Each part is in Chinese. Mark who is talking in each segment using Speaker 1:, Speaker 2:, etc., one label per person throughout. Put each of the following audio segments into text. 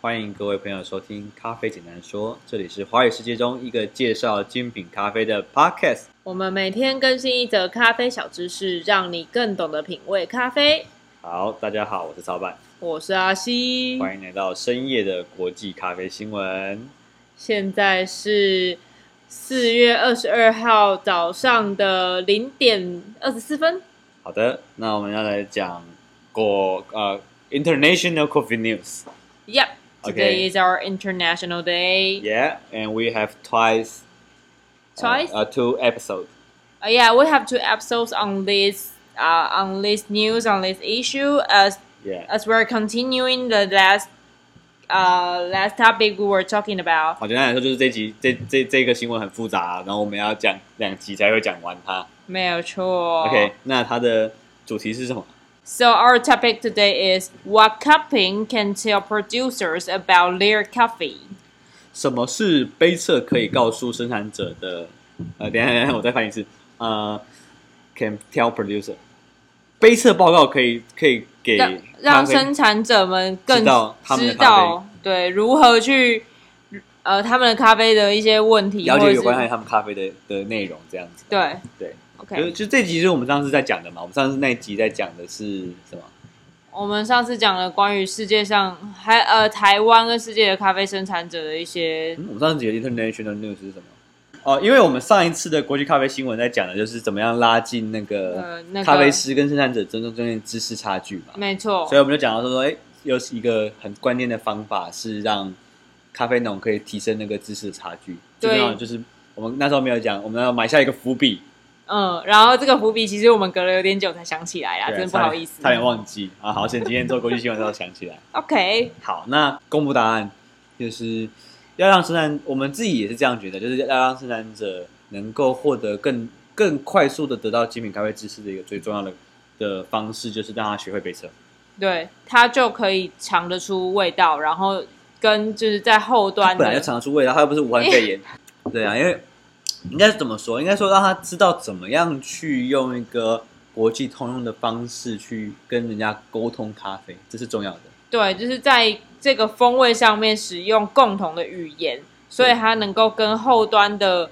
Speaker 1: 欢迎各位朋友收听《咖啡简单说》，这里是华语世界中一个介绍精品咖啡的 podcast。
Speaker 2: 我们每天更新一则咖啡小知识，让你更懂得品味咖啡。
Speaker 1: 好，大家好，我是曹板，
Speaker 2: 我是阿西，
Speaker 1: 欢迎来到深夜的国际咖啡新闻。
Speaker 2: 现在是四月二十二号早上的零点二十四分。
Speaker 1: 好的，那我们要来讲国呃 international coffee news。
Speaker 2: Yep, today
Speaker 1: Okay.
Speaker 2: is our International Day.
Speaker 1: Yeah, and we have twice
Speaker 2: Twice?
Speaker 1: uh, uh, two episodes.
Speaker 2: Uh, yeah, we have two episodes on this uh, on this news on this issue as
Speaker 1: Yeah，
Speaker 2: as we're continuing the last uh last topic we were talking about.
Speaker 1: 好，简单来说就是这集这这这个新闻很复杂，然后我们要讲两集才会讲完它。
Speaker 2: 没有错。
Speaker 1: OK，那它的主题是什么？
Speaker 2: So our topic today is what cupping can tell producers about their coffee.
Speaker 1: 什么是杯测可以告诉生产者的？呃，等一下，等一下，我再翻一次。呃，can tell producer，杯测报告可以可以给
Speaker 2: 让
Speaker 1: 咖
Speaker 2: 让
Speaker 1: 啡
Speaker 2: 生产者们更
Speaker 1: 知道他们的
Speaker 2: 知道对如何去呃他们的咖啡的一些问题，
Speaker 1: 了
Speaker 2: 或者
Speaker 1: 解
Speaker 2: 是
Speaker 1: 有关于他们咖啡的的内容，这样子。啊
Speaker 2: 对
Speaker 1: 对，就
Speaker 2: OK。
Speaker 1: 就这集是我们上次在讲的嘛，我们上次那一集在讲的是什么？
Speaker 2: 我们上次讲了关于世界上还呃台湾跟世界的咖啡生产者的一些
Speaker 1: 嗯，我们上次集的 international news 是什么？哦，因为我们上一次的国际咖啡新闻在讲的就是怎么样拉近那个
Speaker 2: 呃那个
Speaker 1: 咖啡师跟生产者中中间的知识差距嘛。
Speaker 2: 没错
Speaker 1: 所以我们就讲到说说，哎、又是一个很关键的方法是让咖啡农可以提升那个知识差距。
Speaker 2: 对
Speaker 1: 最重要的就是我们那时候没有讲，我们要埋下一个伏笔。
Speaker 2: 嗯，然后这个伏笔其实我们隔了有点久才想起来啦，
Speaker 1: 对
Speaker 2: 啊真不
Speaker 1: 差点
Speaker 2: 好意思
Speaker 1: 差点忘记啊。好险，今天做国际新闻的时候想起来。
Speaker 2: OK
Speaker 1: 好，那公布答案就是要让生产，我们自己也是这样觉得，就是要让生产者能够获得更更快速的得到精品咖啡知识的一个最重要的的方式，就是让他学会杯测。
Speaker 2: 对，它就可以尝得出味道，然后跟就是在后端
Speaker 1: 本来就
Speaker 2: 的哎
Speaker 1: 尝得出味道，他又不是武汉肺炎。 对啊，因为应该是怎么说？应该说让他知道怎么样去用一个国际通用的方式去跟人家沟通咖啡，这是重要的。
Speaker 2: 对，就是在这个风味上面使用共同的语言，所以它能够跟后端的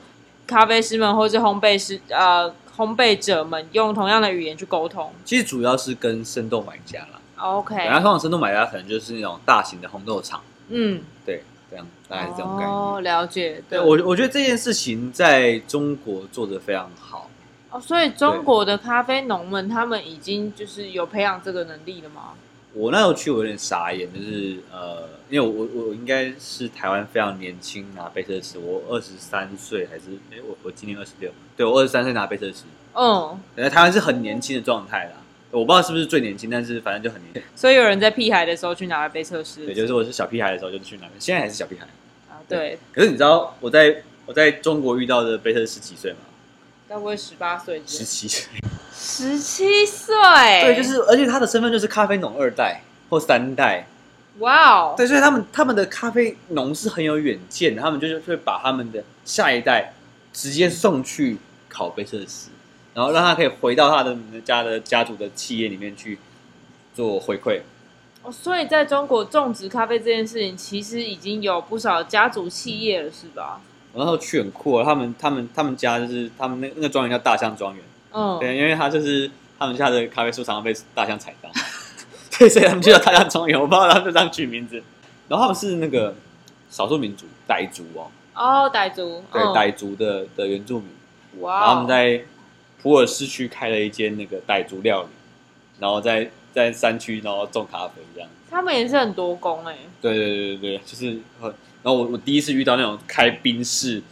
Speaker 2: 咖啡师们或是烘焙师呃烘焙者们用同样的语言去沟通。
Speaker 1: 其实主要是跟生豆买家啦，然后
Speaker 2: OK，
Speaker 1: 通常生豆买家可能就是那种大型的烘豆厂，
Speaker 2: 嗯，
Speaker 1: 对，这样大概是这种概念。
Speaker 2: 哦，了解，
Speaker 1: 对我，我觉得这件事情在中国做得非常好。
Speaker 2: 哦，所以中国的咖啡农们他们已经就是有培养这个能力了吗？
Speaker 1: 我那时候去，我有点傻眼，就是呃，因为我我我应该是台湾非常年轻拿贝瑟斯，我二十三岁还是哎、我我今年二十六，对我二十三岁拿贝瑟斯，
Speaker 2: 嗯，
Speaker 1: 在呃台湾是很年轻的状态啦，我不知道是不是最年轻，但是反正就很年轻。
Speaker 2: 所以有人在屁孩的时候去拿来杯测试，
Speaker 1: 对，就是我是小屁孩的时候就去拿，现在还是小屁孩。
Speaker 2: 啊，对，
Speaker 1: 可是你知道我在我在中国遇到的贝瑟斯几岁吗？
Speaker 2: 该不会十八岁
Speaker 1: 十
Speaker 2: 之类？
Speaker 1: 七岁。
Speaker 2: 十七岁，
Speaker 1: 对，就是而且他的身份就是咖啡农二代或三代，
Speaker 2: 哇哦，
Speaker 1: 对，所以他们他们的咖啡农是很有远见的，他们就是会把他们的下一代直接送去考贝瑟斯，然后让他可以回到他的家的家族的企业里面去做回馈。
Speaker 2: 哦，所以在中国种植咖啡这件事情，其实已经有不少家族企业了，是吧？
Speaker 1: 我那时候去很酷、哦，他们他们他们家就是他们那那个庄园叫大象庄园，
Speaker 2: 嗯，
Speaker 1: 对，因为他就是他们家的咖啡树常常被大象踩到， 对，所以他们就叫大象庄园，我不知道他们就这样取名字。然后他们是那个少数民族傣族哦，
Speaker 2: 哦，傣族，
Speaker 1: 对，
Speaker 2: 嗯
Speaker 1: 傣族的的原住民。
Speaker 2: 哇哦，
Speaker 1: 然后他们在普洱市区开了一间那个傣族料理，然后在在山区，然后种咖啡这样。
Speaker 2: 他们也是很多功哎、
Speaker 1: 对对对对对，就是很。然后我我第一次遇到那种开宾士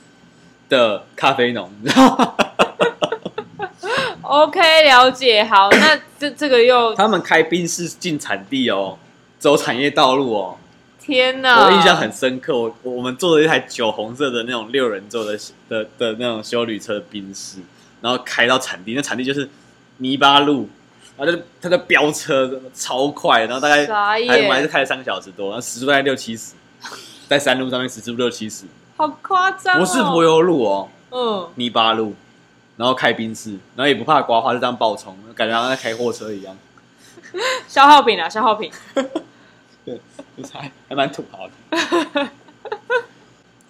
Speaker 1: 的咖啡农，你知道 吗
Speaker 2: OK，了解，好，那这这个又
Speaker 1: 他们开宾士进产地哦，走产业道路哦，
Speaker 2: 天哪，
Speaker 1: 我印象很深刻。我我我们坐了一台酒红色的那种六人座的的的那种修旅车宾士，然后开到产地，那产地就是泥巴路。然后就是他在飙车，超快，然后大概
Speaker 2: 傻
Speaker 1: 还我们还是
Speaker 2: 眼，
Speaker 1: 开了三个小时多，然后时速大概六七十，在山路上面时速六七十，
Speaker 2: 好夸张、哦，
Speaker 1: 不是柏油路哦，
Speaker 2: 嗯，
Speaker 1: 泥巴路，然后开宾士，然后也不怕刮花，就这样爆冲，感觉好像在开货车一样。
Speaker 2: 消耗品啊，消耗品。
Speaker 1: 对，就是还还蛮土豪的。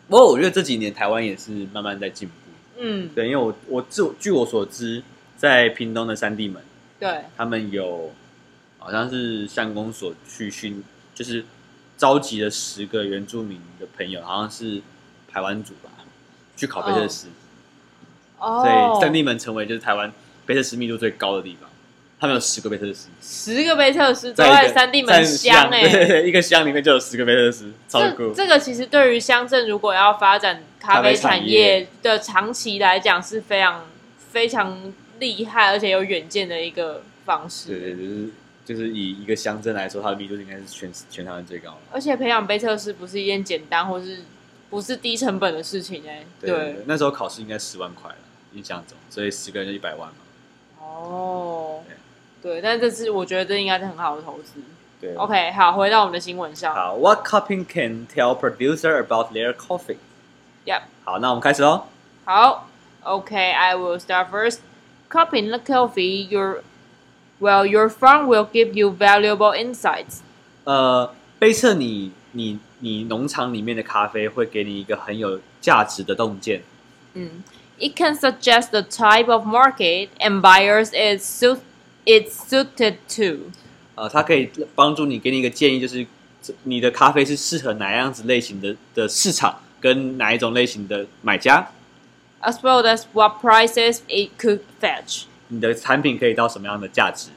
Speaker 1: 不过我觉得这几年台湾也是慢慢在进步，
Speaker 2: 嗯，
Speaker 1: 对，因为我我自据我所知，在屏东的三地门，
Speaker 2: 对，
Speaker 1: 他们有好像是相公所去训，就是召集了十个原住民的朋友，好像是台湾族吧，去考贝特斯，所
Speaker 2: 哦
Speaker 1: 以，三地门成为就是台湾贝特斯密度最高的地方。他们有十个贝特斯，
Speaker 2: 十个贝特斯都
Speaker 1: 一个
Speaker 2: 在哦三地门乡
Speaker 1: 在一个对
Speaker 2: 哎、
Speaker 1: 对对，一个乡里面就有十个贝特斯，超酷
Speaker 2: 这。这个其实对于乡镇如果要发展
Speaker 1: 咖
Speaker 2: 咖啡
Speaker 1: 啡
Speaker 2: 产
Speaker 1: 产业
Speaker 2: 业的长期来讲是非常非常厉害而且有远见的一个方
Speaker 1: 对
Speaker 2: 式，
Speaker 1: 对，就是就是以一个乡镇来说，它的密度应该是全全台湾最高的。
Speaker 2: 而且培养贝特斯不是一件简单或是不是低成本的事情哎、
Speaker 1: 对对对，那时候考试应该十万块了，印象中，所以十个人就一百万嘛。
Speaker 2: 哦，对，但这次我觉得这应该是很好的投资。
Speaker 1: 对
Speaker 2: OK，好，回到我们的新闻上。
Speaker 1: 好，What cupping can tell producer about their coffee？
Speaker 2: Yep.
Speaker 1: 好，那我们开始喽。
Speaker 2: 好，OK, I will start first. Cupping the coffee, your well, your farm will give you valuable insights.
Speaker 1: 呃，杯测你你你农场里面的咖啡会给你一个很有价值的洞见。
Speaker 2: 嗯，It Mm. can suggest the type of market and buyers it suit it's suited to.
Speaker 1: 呃，它可以帮助你给你一个建议，就是这你的咖啡是适合哪样子类型的的市场，跟哪一种类型的买家，
Speaker 2: As well as what prices it could fetch.
Speaker 1: 你的产品可以到什么样的价值。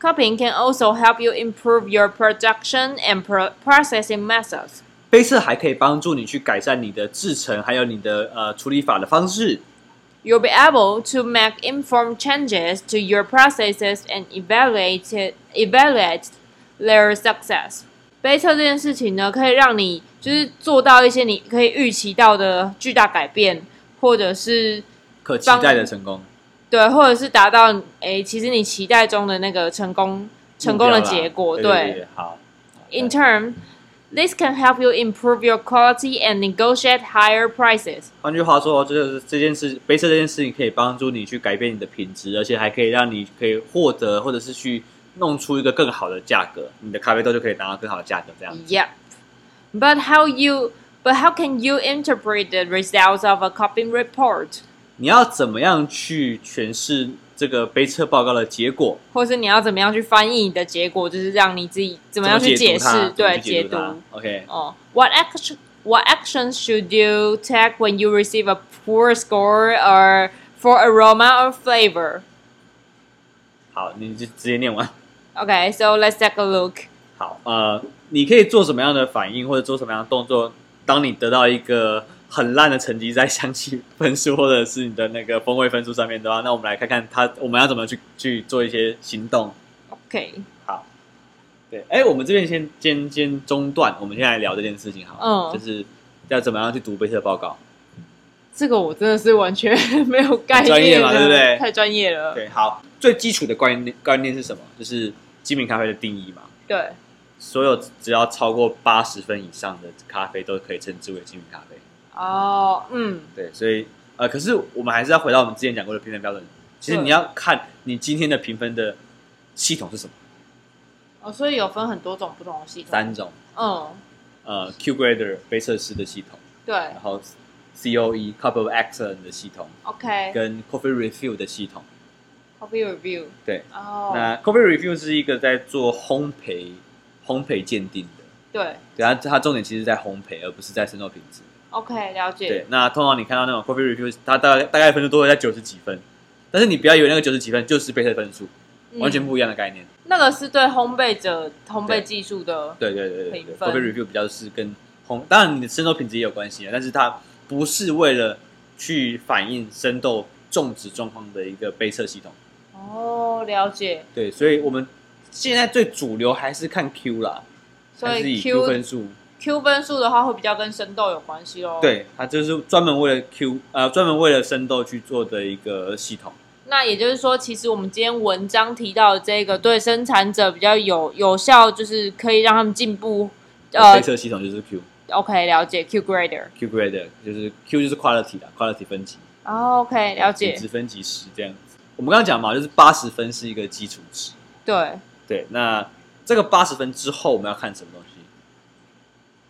Speaker 2: Cupping can also help you improve your production and pro processing methods.
Speaker 1: 杯测还可以帮助你去改善你的制成，还有你的呃处理法的方式。
Speaker 2: You'll be able to make informed changes to your processes and evaluate it- evaluate their success. 杯测这件事情呢，可以让你就是做到一些你可以预期到的巨大改变，或者是
Speaker 1: 可期待的成功，
Speaker 2: 对，或者是达到诶，其实你期待中的那个成功成功的
Speaker 1: 目标啦
Speaker 2: 结果。
Speaker 1: 对对对，好。
Speaker 2: In turn, this can help you improve your quality and negotiate higher prices.
Speaker 1: 换句话说，就是这件事，杯测这件事情可以帮助你去改变你的品质，而且还可以让你可以获得，或者是去弄出一个更好的价格，你的咖啡豆就可以拿到更好的价格。这样，
Speaker 2: Yep. But how you but how can you interpret the results of a copying report？
Speaker 1: 你要怎么样去诠释这个杯测报告的结果？
Speaker 2: 或是你要怎么样去翻译你的结果，就是让你自己怎么样
Speaker 1: 怎
Speaker 2: 去
Speaker 1: 么解
Speaker 2: 解
Speaker 1: 读它
Speaker 2: 释，对，
Speaker 1: 怎么去
Speaker 2: 解
Speaker 1: 读它。OK，
Speaker 2: 哦，What Oh. action What actions should you take when you receive a poor score or for aroma or flavor?
Speaker 1: 好，你就直接念完。
Speaker 2: Okay, so let's take a look.
Speaker 1: 好，呃，你可以做什么样的反应，或者做什么样的动作？当你得到一个很烂的成绩在香气分数或者是你的那个风味分数上面的话，那我们来看看它，我们要怎么去去做一些行动。
Speaker 2: Okay，
Speaker 1: 好，对，哎，我们这边先先先中断，我们先来聊这件事情好了，
Speaker 2: 嗯
Speaker 1: 就是要怎么样去读贝特报告。
Speaker 2: 这个我真的是完全没有概
Speaker 1: 很专业
Speaker 2: 念
Speaker 1: 嘛
Speaker 2: 了
Speaker 1: 对不对
Speaker 2: 太专业了。
Speaker 1: 对，好，最基础的观念观念是什么？就是精品咖啡的定义嘛，
Speaker 2: 对，
Speaker 1: 所有只要超过八十分以上的咖啡都可以称之为精品咖啡。
Speaker 2: 哦，嗯，
Speaker 1: 对，所以呃，可是我们还是要回到我们之前讲过的评分标准。其实
Speaker 2: 对
Speaker 1: 你要看你今天的评分的系统是什么，
Speaker 2: 哦，所以有分很多种不同的系统。
Speaker 1: 三种，
Speaker 2: 嗯，
Speaker 1: 呃，Q Grader 杯测师的系统，
Speaker 2: 对
Speaker 1: 然后 COE Cup of Excellence 的系统，
Speaker 2: ，OK，Copy
Speaker 1: 跟 Coffee Review 的系统。
Speaker 2: review，
Speaker 1: 对，
Speaker 2: 哦，
Speaker 1: 那 Coffee Review 是一个在做烘焙烘焙鉴定的，
Speaker 2: 对
Speaker 1: 对，它它重点其实在烘焙，而不是在生豆品质。
Speaker 2: ，OK，了解，
Speaker 1: 对，那通常你看到那种 Coffee Review，它大概大概分数都会在九十几分，但是你不要以为那个九十几分就是杯测分数，
Speaker 2: 嗯
Speaker 1: 完全不一样的概念。
Speaker 2: 那个是对烘焙者烘焙
Speaker 1: 对
Speaker 2: 技术的，
Speaker 1: 对对对对对
Speaker 2: 评分
Speaker 1: ，Coffee Review 比较是跟烘，当然你的生豆品质也有关系啊，但是它不是为了去反映生豆种植状况的一个杯测系统。
Speaker 2: 哦，了解，
Speaker 1: 对，所以我们现在最主流还是看 Q 啦，
Speaker 2: 所
Speaker 1: 还是以
Speaker 2: 以
Speaker 1: Q
Speaker 2: Q
Speaker 1: 分数。
Speaker 2: Q 分数的话会比较跟生豆有关系哦。，
Speaker 1: 对，它就是专门为了 Q 呃，专门为了生豆去做的一个系统。
Speaker 2: 那也就是说，其实我们今天文章提到的这个对生产者比较有有效，就是可以让他们进步。呃
Speaker 1: 杯测系统就是 Q，Q
Speaker 2: ，OK，了解 Q grader，
Speaker 1: grade 就是 Q 就是 quality 啦，quality 分级，
Speaker 2: 哦，OK，了解
Speaker 1: 品，质分级十这样子。我们刚刚讲嘛，就是八十分是一个基础值。
Speaker 2: 对，
Speaker 1: 对，那这个八十分之后我们要看什么东西？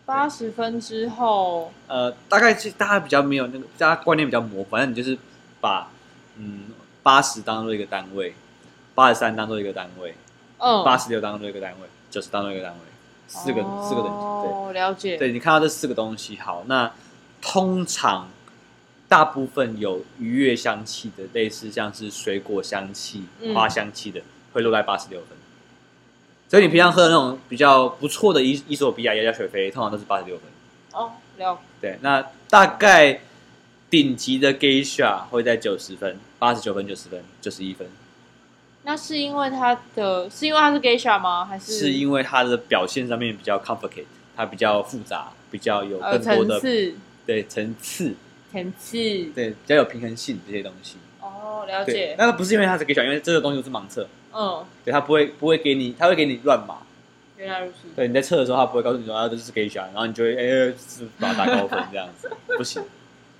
Speaker 2: 八十分之后，
Speaker 1: 呃，大概是大家比较没有那个，大家观念比较模糊，反正你就是把嗯八十当做一个单位，八十三当做一个单位，
Speaker 2: 嗯，
Speaker 1: 八十六当做一个单位，九十当做一个单位，四个、四个等级。
Speaker 2: 哦，了解，
Speaker 1: 对，对你看到这四个东西，好，那通常大部分有愉悦香气的，类似像是水果香气、
Speaker 2: 嗯
Speaker 1: 花香气的，会落在八十六分。所以你平常喝的那种比较不错的伊伊索比亚、雅加雪菲，通常都是八十六分。
Speaker 2: 哦，了，
Speaker 1: 对，那大概顶级的 geisha 会在九十分、八十九分、九十分、九十一分，
Speaker 2: 那是因为它的，是因为它是 geisha 吗？还是
Speaker 1: 是因为它的表现上面比较 complicated，它比较复杂，比较有
Speaker 2: 呃
Speaker 1: 更多
Speaker 2: 层
Speaker 1: 的、
Speaker 2: 次
Speaker 1: 对层次，
Speaker 2: 层次？
Speaker 1: 对比较有平衡性这些东西。
Speaker 2: 哦，了
Speaker 1: 对
Speaker 2: 解，，
Speaker 1: 那不是因为它是 geisha，因为这个东西是盲测，
Speaker 2: 嗯，
Speaker 1: 对，它不会不会给你，它会给你乱码。
Speaker 2: 原来如此，
Speaker 1: 对，你在测的时候，它不会告诉你说啊这是 geisha，然后你就会哎、是把它打高分这样子，不行。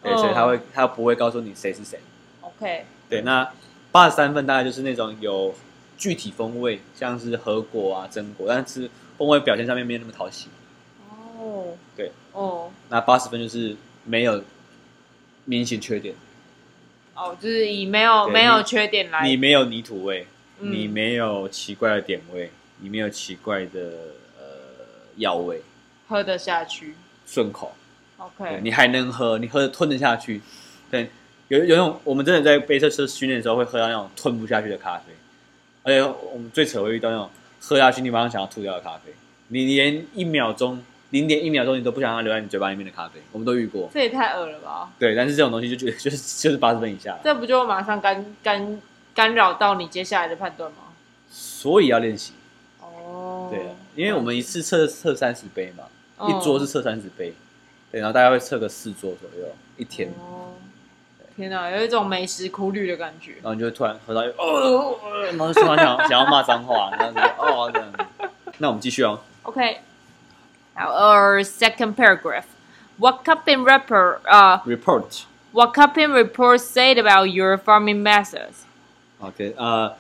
Speaker 1: 对，所以它
Speaker 2: 哦
Speaker 1: 会它不会告诉你谁是谁。
Speaker 2: ，OK，
Speaker 1: 对，那八十三分大概就是那种有具体风味，像是核果啊、榛果，但是风味表现上面没有那么讨喜。
Speaker 2: 哦，
Speaker 1: 对，
Speaker 2: 哦，
Speaker 1: 那八十分就是没有明显缺点，
Speaker 2: 哦，就是以没有
Speaker 1: 对
Speaker 2: 没有
Speaker 1: 你
Speaker 2: 缺点来，
Speaker 1: 你没有泥土味，
Speaker 2: 嗯
Speaker 1: 你没有奇怪的点味，你没有奇怪的呃药味，
Speaker 2: 喝得下去
Speaker 1: 顺口，对
Speaker 2: ，OK，
Speaker 1: 你还能喝，你喝吞得下去，对。有有种，我们真的在杯测车训练的时候会喝到那种吞不下去的咖啡，而且我们最扯会遇到那种喝下去你马上想要吐掉的咖啡，你连一秒钟零点一秒钟你都不想让它留在你嘴巴里面的咖啡，我们都遇过。
Speaker 2: 这也太恶了吧？
Speaker 1: 对，但是这种东西就觉得就是就是八十分以下了，
Speaker 2: 这不就马上干干干扰到你接下来的判断吗？
Speaker 1: 所以要练习。
Speaker 2: 哦，
Speaker 1: 对，啊因为我们一次测测三十杯嘛，
Speaker 2: 嗯
Speaker 1: 一桌是测三十杯，对，然后大概会测个四桌左右，一天，
Speaker 2: 哦天哪，有一种美食苦旅的感觉
Speaker 1: 然。后你就会突然喝到一哦哦，哦然后就突然想想要 骂脏话，然后就哦这样子。那我们继续哦，
Speaker 2: OK，好，our second paragraph. What Cupping rapper, uh,
Speaker 1: report。
Speaker 2: what Cupping report said about your farming methods?
Speaker 1: OK，呃，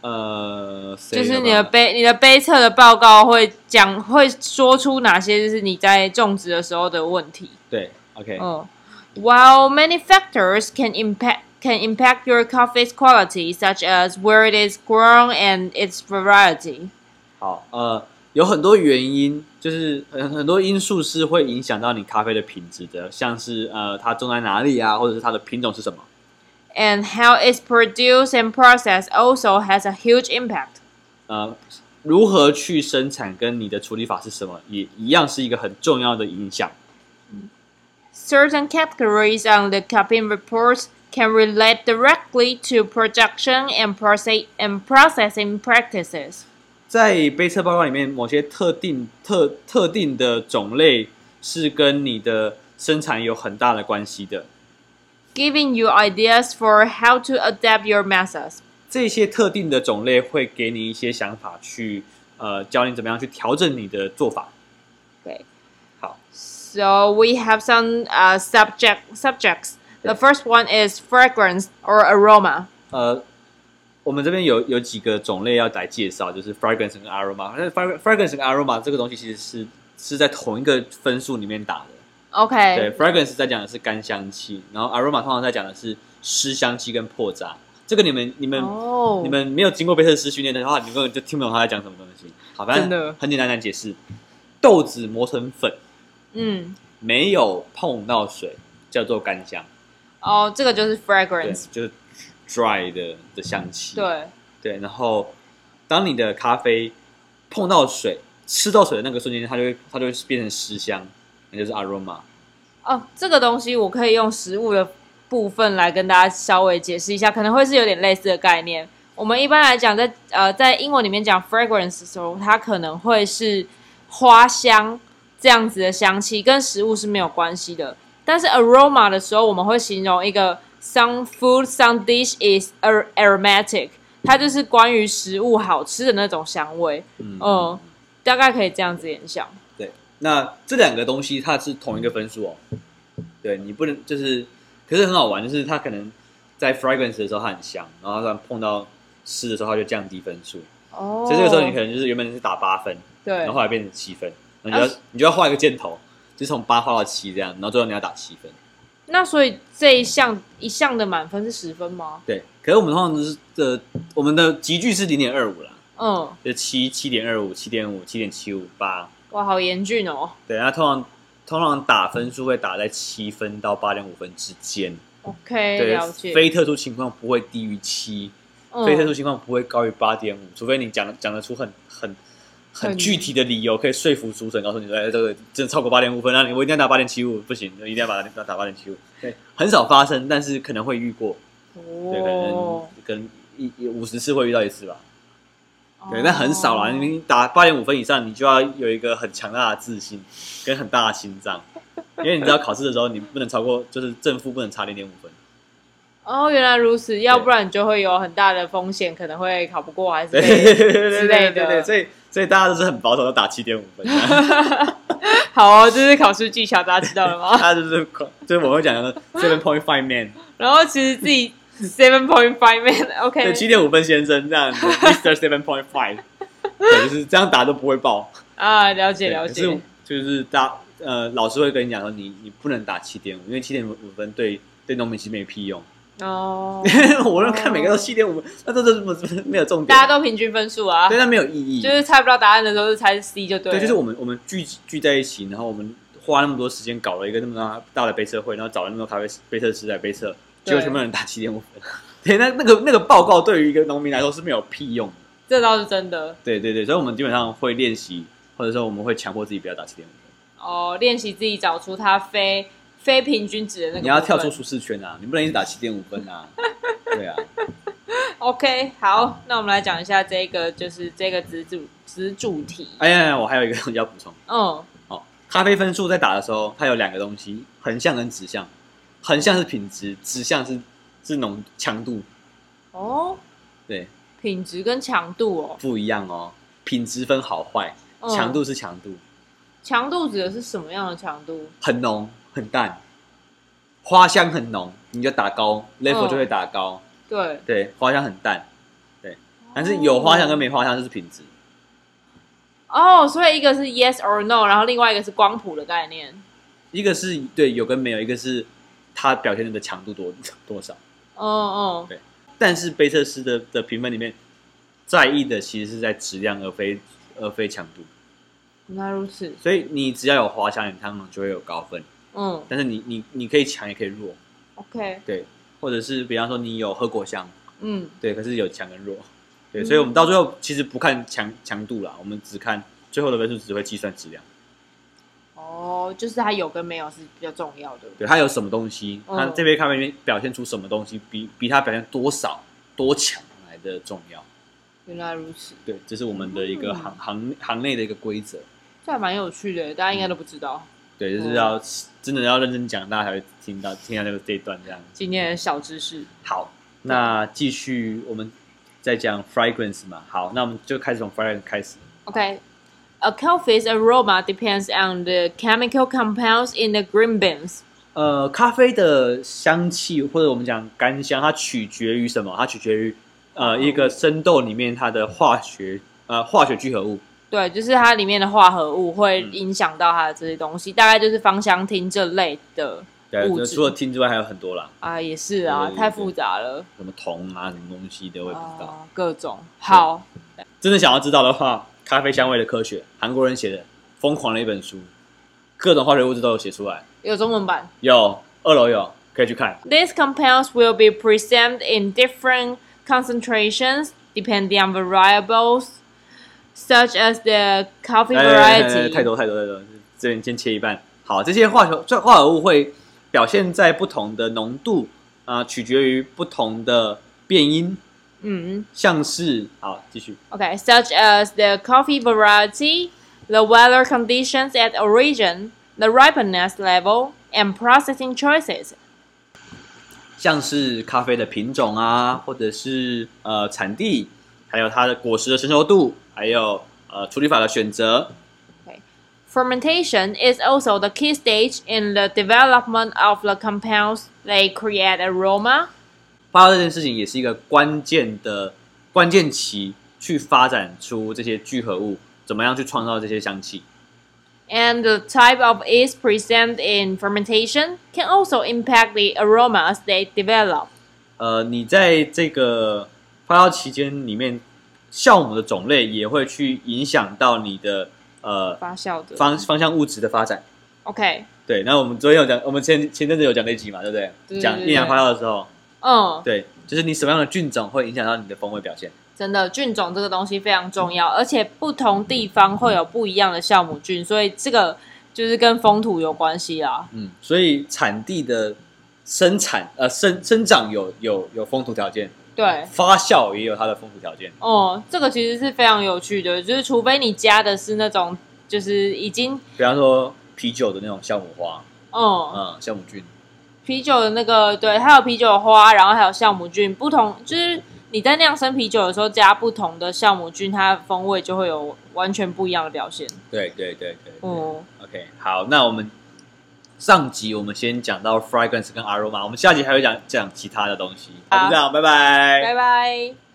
Speaker 1: 呃，谁
Speaker 2: 就是你的
Speaker 1: 吧
Speaker 2: 杯，你的杯测的报告会讲，会说出哪些就是你在种植的时候的问题。
Speaker 1: 对，OK，
Speaker 2: Oh. While many factors can impact can impact your coffee's quality, such as where it is grown and its variety.
Speaker 1: 好，呃，有很多原因，就是很很多因素是会影响到你咖啡的品质的，像是呃，它种在哪里啊，或者是它的品种是什么。
Speaker 2: And how it's produced and processed also has a huge impact.
Speaker 1: 呃，如何去生产跟你的处理法是什么，也一样是一个很重要的影响。
Speaker 2: Certain categories on the cupping reports can relate directly to production and process and processing practices.
Speaker 1: 在杯测报告里面，某些特定特特定的种类是跟你的生产有很大的关系的。
Speaker 2: Giving you ideas for how to adapt your methods.
Speaker 1: 这些特定的种类会给你一些想法去，呃，教你怎么样去调整你的做法。
Speaker 2: Okay.
Speaker 1: 好，
Speaker 2: So we have some uh, subject subjects. The first one is fragrance or aroma.
Speaker 1: 呃，我们这边有有几个种类要来介绍，就是 fragrance 跟 aroma。那 frag- fragrance 跟 aroma 这个东西其实是是在同一个分数里面打的。对
Speaker 2: Okay.
Speaker 1: ，fragrance 在讲的是干香气，然后 aroma 通常在讲的是湿香气跟破渣。这个你们你们、
Speaker 2: 哦，
Speaker 1: 你们没有经过贝特斯训练的话，你们根本就听不懂他在讲什么东西。好，反
Speaker 2: 真的
Speaker 1: 正很简单，难解释。豆子磨成粉，
Speaker 2: 嗯，
Speaker 1: 没有碰到水，叫做干香。
Speaker 2: 哦，Oh, 这个就是
Speaker 1: 对，
Speaker 2: fragrance。
Speaker 1: 就是 dry 的的香气。
Speaker 2: 对，
Speaker 1: 对，然后当你的咖啡碰到水、吃到水的那个瞬间，它就会它就会变成湿香，那就是 aroma。
Speaker 2: 哦，这个东西我可以用食物的部分来跟大家稍微解释一下，可能会是有点类似的概念。我们一般来讲在，呃在英文里面讲 fragrance 的时候，它可能会是花香这样子的香气，跟食物是没有关系的。但是 aroma 的时候，我们会形容一个 some food some dish is ar- aromatic，它就是关于食物好吃的那种香味。
Speaker 1: 嗯
Speaker 2: 嗯，大概可以这样子联想。
Speaker 1: 对，那这两个东西它是同一个分数哦。对你不能就是，可是很好玩，就是它可能在 fragrance 的时候它很香，然后它碰到湿的时候它就降低分数。
Speaker 2: 哦，
Speaker 1: 所以这个时候你可能就是原本是打八分，
Speaker 2: 对啊
Speaker 1: 然后后来变成七分，然后你就要、你就要画一个箭头，就是从八画到七这样，然后最后你要打七分。
Speaker 2: 那所以这一项一项的满分是十分吗？
Speaker 1: 对，可是我们通常就是的，我们的集距是零点二五啦，
Speaker 2: 嗯，
Speaker 1: 就七、七点二五、七点五、七点七五八。
Speaker 2: 哇，好严峻哦。
Speaker 1: 对，那通常通常打分数会打在七分到八点五分之间，
Speaker 2: OK，
Speaker 1: 对
Speaker 2: 了，解。
Speaker 1: 非特殊情况不会低于七、
Speaker 2: 嗯
Speaker 1: 非特殊情况不会高于八点五，除非你讲讲得出很很。很
Speaker 2: 很
Speaker 1: 具体的理由可以说服主审，告诉你说，哎，这个真的超过八点五分，那你我一定要打八点七五，不行，一定要把打打八点七五。 对，很少发生，但是可能会遇过，对，可能
Speaker 2: 哦，
Speaker 1: 可能一一五十次会遇到一次吧。对，
Speaker 2: 哦
Speaker 1: 但很少啦。你打八点五分以上，你就要有一个很强大的自信跟很大的心脏， 因为你知道考试的时候你不能超过，就是正负不能差零点五分。
Speaker 2: 哦，原来如此，要不然你就会有很大的风险，可能会考不过，还是
Speaker 1: 对对
Speaker 2: 被
Speaker 1: 对对对
Speaker 2: 类的
Speaker 1: 对对，所以所以大家都是很保守，都打七点五分。
Speaker 2: 好哦，这是考试技巧，大家知道了 吗？
Speaker 1: 他就是就是我会讲的 seven point five man，
Speaker 2: 然后其实 自己 seven point five man，OK，、
Speaker 1: 对七点五分先生这样子，Mr. seven point five，就是这样打都不会爆。
Speaker 2: 啊，了解
Speaker 1: 对
Speaker 2: 了
Speaker 1: 可
Speaker 2: 解，
Speaker 1: 是就是大呃老师会跟你讲说你你不能打七点五，因为七点五分对对农民其实没屁用。
Speaker 2: 哦，
Speaker 1: 我认为看每个都七点五，那这这这没有重点，
Speaker 2: 大家都平均分数啊
Speaker 1: 对，，那没有意义。
Speaker 2: 就是猜不到答案的时候就猜 C 就对了，
Speaker 1: 对，就是我们我们聚聚在一起，然后我们花那么多时间搞了一个那么大大的杯测会，然后找了那么多咖啡杯测师来杯测，结果
Speaker 2: 对
Speaker 1: 全部人打七点五分。 对，那那个那个报告对于一个农民来说是没有屁用的。
Speaker 2: 这倒是真的
Speaker 1: 对对对，所以我们基本上会练习，或者说我们会强迫自己不要打七点五分。
Speaker 2: 哦，练习自己找出它非非平均值的那个部分，
Speaker 1: 你要跳出舒适圈啊，你不能一直打七点五分啊。对啊，
Speaker 2: OK，好，那我们来讲一下这个，就是这个子主子主题。
Speaker 1: 哎呀，我还有一个东西要补充。
Speaker 2: 嗯，
Speaker 1: 哦，咖啡分数在打的时候，它有两个东西，横向跟直向。横向是品质，直向是是浓强度，
Speaker 2: 哦，
Speaker 1: 对，
Speaker 2: 品质跟强度哦，
Speaker 1: 不一样哦。品质分好坏，
Speaker 2: 嗯
Speaker 1: 强度是强度，
Speaker 2: 强度指的是什么样的强度？
Speaker 1: 很浓很淡，花香很浓，你就打高 level
Speaker 2: 嗯
Speaker 1: 就会打高，
Speaker 2: 对，
Speaker 1: 对，花香很淡，但是有花香跟没花香就是品质，
Speaker 2: 哦，所以一个是 yes or no，然后另外一个是光谱的概念。
Speaker 1: 一个是对有跟没有，一个是它表现的强度多 多少。
Speaker 2: 嗯嗯，
Speaker 1: 但是贝瑟斯的的评分里面，在意的其实是在质量而非而非强度。
Speaker 2: 原来如此。
Speaker 1: 所以你只要有滑翔，你通常就会有高分。
Speaker 2: 嗯
Speaker 1: 但是你你你可以强也可以弱，
Speaker 2: ，OK，
Speaker 1: 对，或者是比方说你有喝果香，
Speaker 2: 嗯，
Speaker 1: 对，可是有强跟弱，对，
Speaker 2: 嗯
Speaker 1: 所以我们到最后其实不看强强度啦，我们只看最后的分数，只会计算质量。
Speaker 2: 哦，就是它有跟没有是比较重要的。
Speaker 1: 对，它有什么东西，
Speaker 2: 嗯
Speaker 1: 它这杯咖啡里面表现出什么东西，比比它表现多少多强来的重要。
Speaker 2: 原来如此，
Speaker 1: 对，这是我们的一个
Speaker 2: 嗯
Speaker 1: 行行行内的一个规则。
Speaker 2: 这还蛮有趣的，大家应该都不知道。
Speaker 1: 对，就是要、真的要认真讲，大家才会听到听到这个这一段这样。
Speaker 2: 今天的小知识，
Speaker 1: 好，那继续我们再讲 fragrance 嘛。好，那我们就开始从 fragrance 开始。
Speaker 2: Okay. A coffee's aroma depends on the chemical compounds in the green beans.
Speaker 1: 呃，咖啡的香气或者我们讲干香，它取决于什么？它取决于
Speaker 2: 哦
Speaker 1: 呃一个生豆里面它的化学呃化学聚合物。
Speaker 2: 对，就是它里面的化合物会影响到它的这些东西，大概就是芳香烃这类的
Speaker 1: 对，
Speaker 2: 物
Speaker 1: 就
Speaker 2: 质
Speaker 1: 除了听之外还有很多啦，
Speaker 2: 啊，也是啊，
Speaker 1: 对对对
Speaker 2: 太复杂了
Speaker 1: 什么铜啊，什么东西的，我也不知道。
Speaker 2: 啊，各种好，
Speaker 1: 真的想要知道的话，《咖啡香味的科学》，韩国人写的，疯狂的一本书，各种化学物质都有写出来。
Speaker 2: 有中文版。
Speaker 1: 有二楼有，可以去看。
Speaker 2: These compounds will be present in different concentrations depending on variables such as the coffee
Speaker 1: 哎哎哎哎
Speaker 2: variety.
Speaker 1: 太多太多太多，这边先切一半。好，这些化学这化合物会表现在不同的浓度啊、取决于不同的变因，
Speaker 2: 嗯。
Speaker 1: 像是好继续
Speaker 2: Okay, such as the coffee variety, the weather conditions at origin, the ripeness level, and processing choices.
Speaker 1: 像是咖啡的品种啊，或者是呃产地，还有它的果实的成熟度，还有呃处理法的选择，
Speaker 2: Fermentation is also the key stage in the development of the compounds. They create aroma.
Speaker 1: 发酵这件事情也是一个关键的关键期，去发展出这些聚合物，怎么样去创造这些香气。
Speaker 2: And the type of yeast present in fermentation can also impact the aroma as they develop.
Speaker 1: 呃，你在这个发酵期间里面，酵母的种类也会去影响到你的呃
Speaker 2: 发酵的
Speaker 1: 方方向物质的发展。
Speaker 2: OK，
Speaker 1: 对，那我们昨天有讲，我们前前阵子有讲那集嘛，对不
Speaker 2: 对
Speaker 1: 对？讲厌氧发酵的时候，
Speaker 2: 嗯，
Speaker 1: 对，就是你什么样的菌种会影响到你的风味表现。
Speaker 2: 真的菌种这个东西非常重要，而且不同地方会有不一样的酵母菌，所以这个就是跟风土有关系啦。
Speaker 1: 嗯，所以产地的生产呃生生长有有有风土条件，
Speaker 2: 对，
Speaker 1: 发酵也有它的风土条件。
Speaker 2: 哦、这个其实是非常有趣的，就是除非你加的是那种就是已经，
Speaker 1: 比方说啤酒的那种酵母花，
Speaker 2: 嗯，
Speaker 1: 嗯，酵母菌，
Speaker 2: 啤酒的那个对，还有啤酒花，然后还有酵母菌，不同就是你在酿生啤酒的时候加不同的酵母菌，它的风味就会有完全不一样的表现。
Speaker 1: 对对对对对。
Speaker 2: 嗯，
Speaker 1: OK，好，那我们上集我们先讲到 fragrance 跟 aroma，我们下集还会讲讲其他的东西，好，就这样，拜拜
Speaker 2: 拜拜。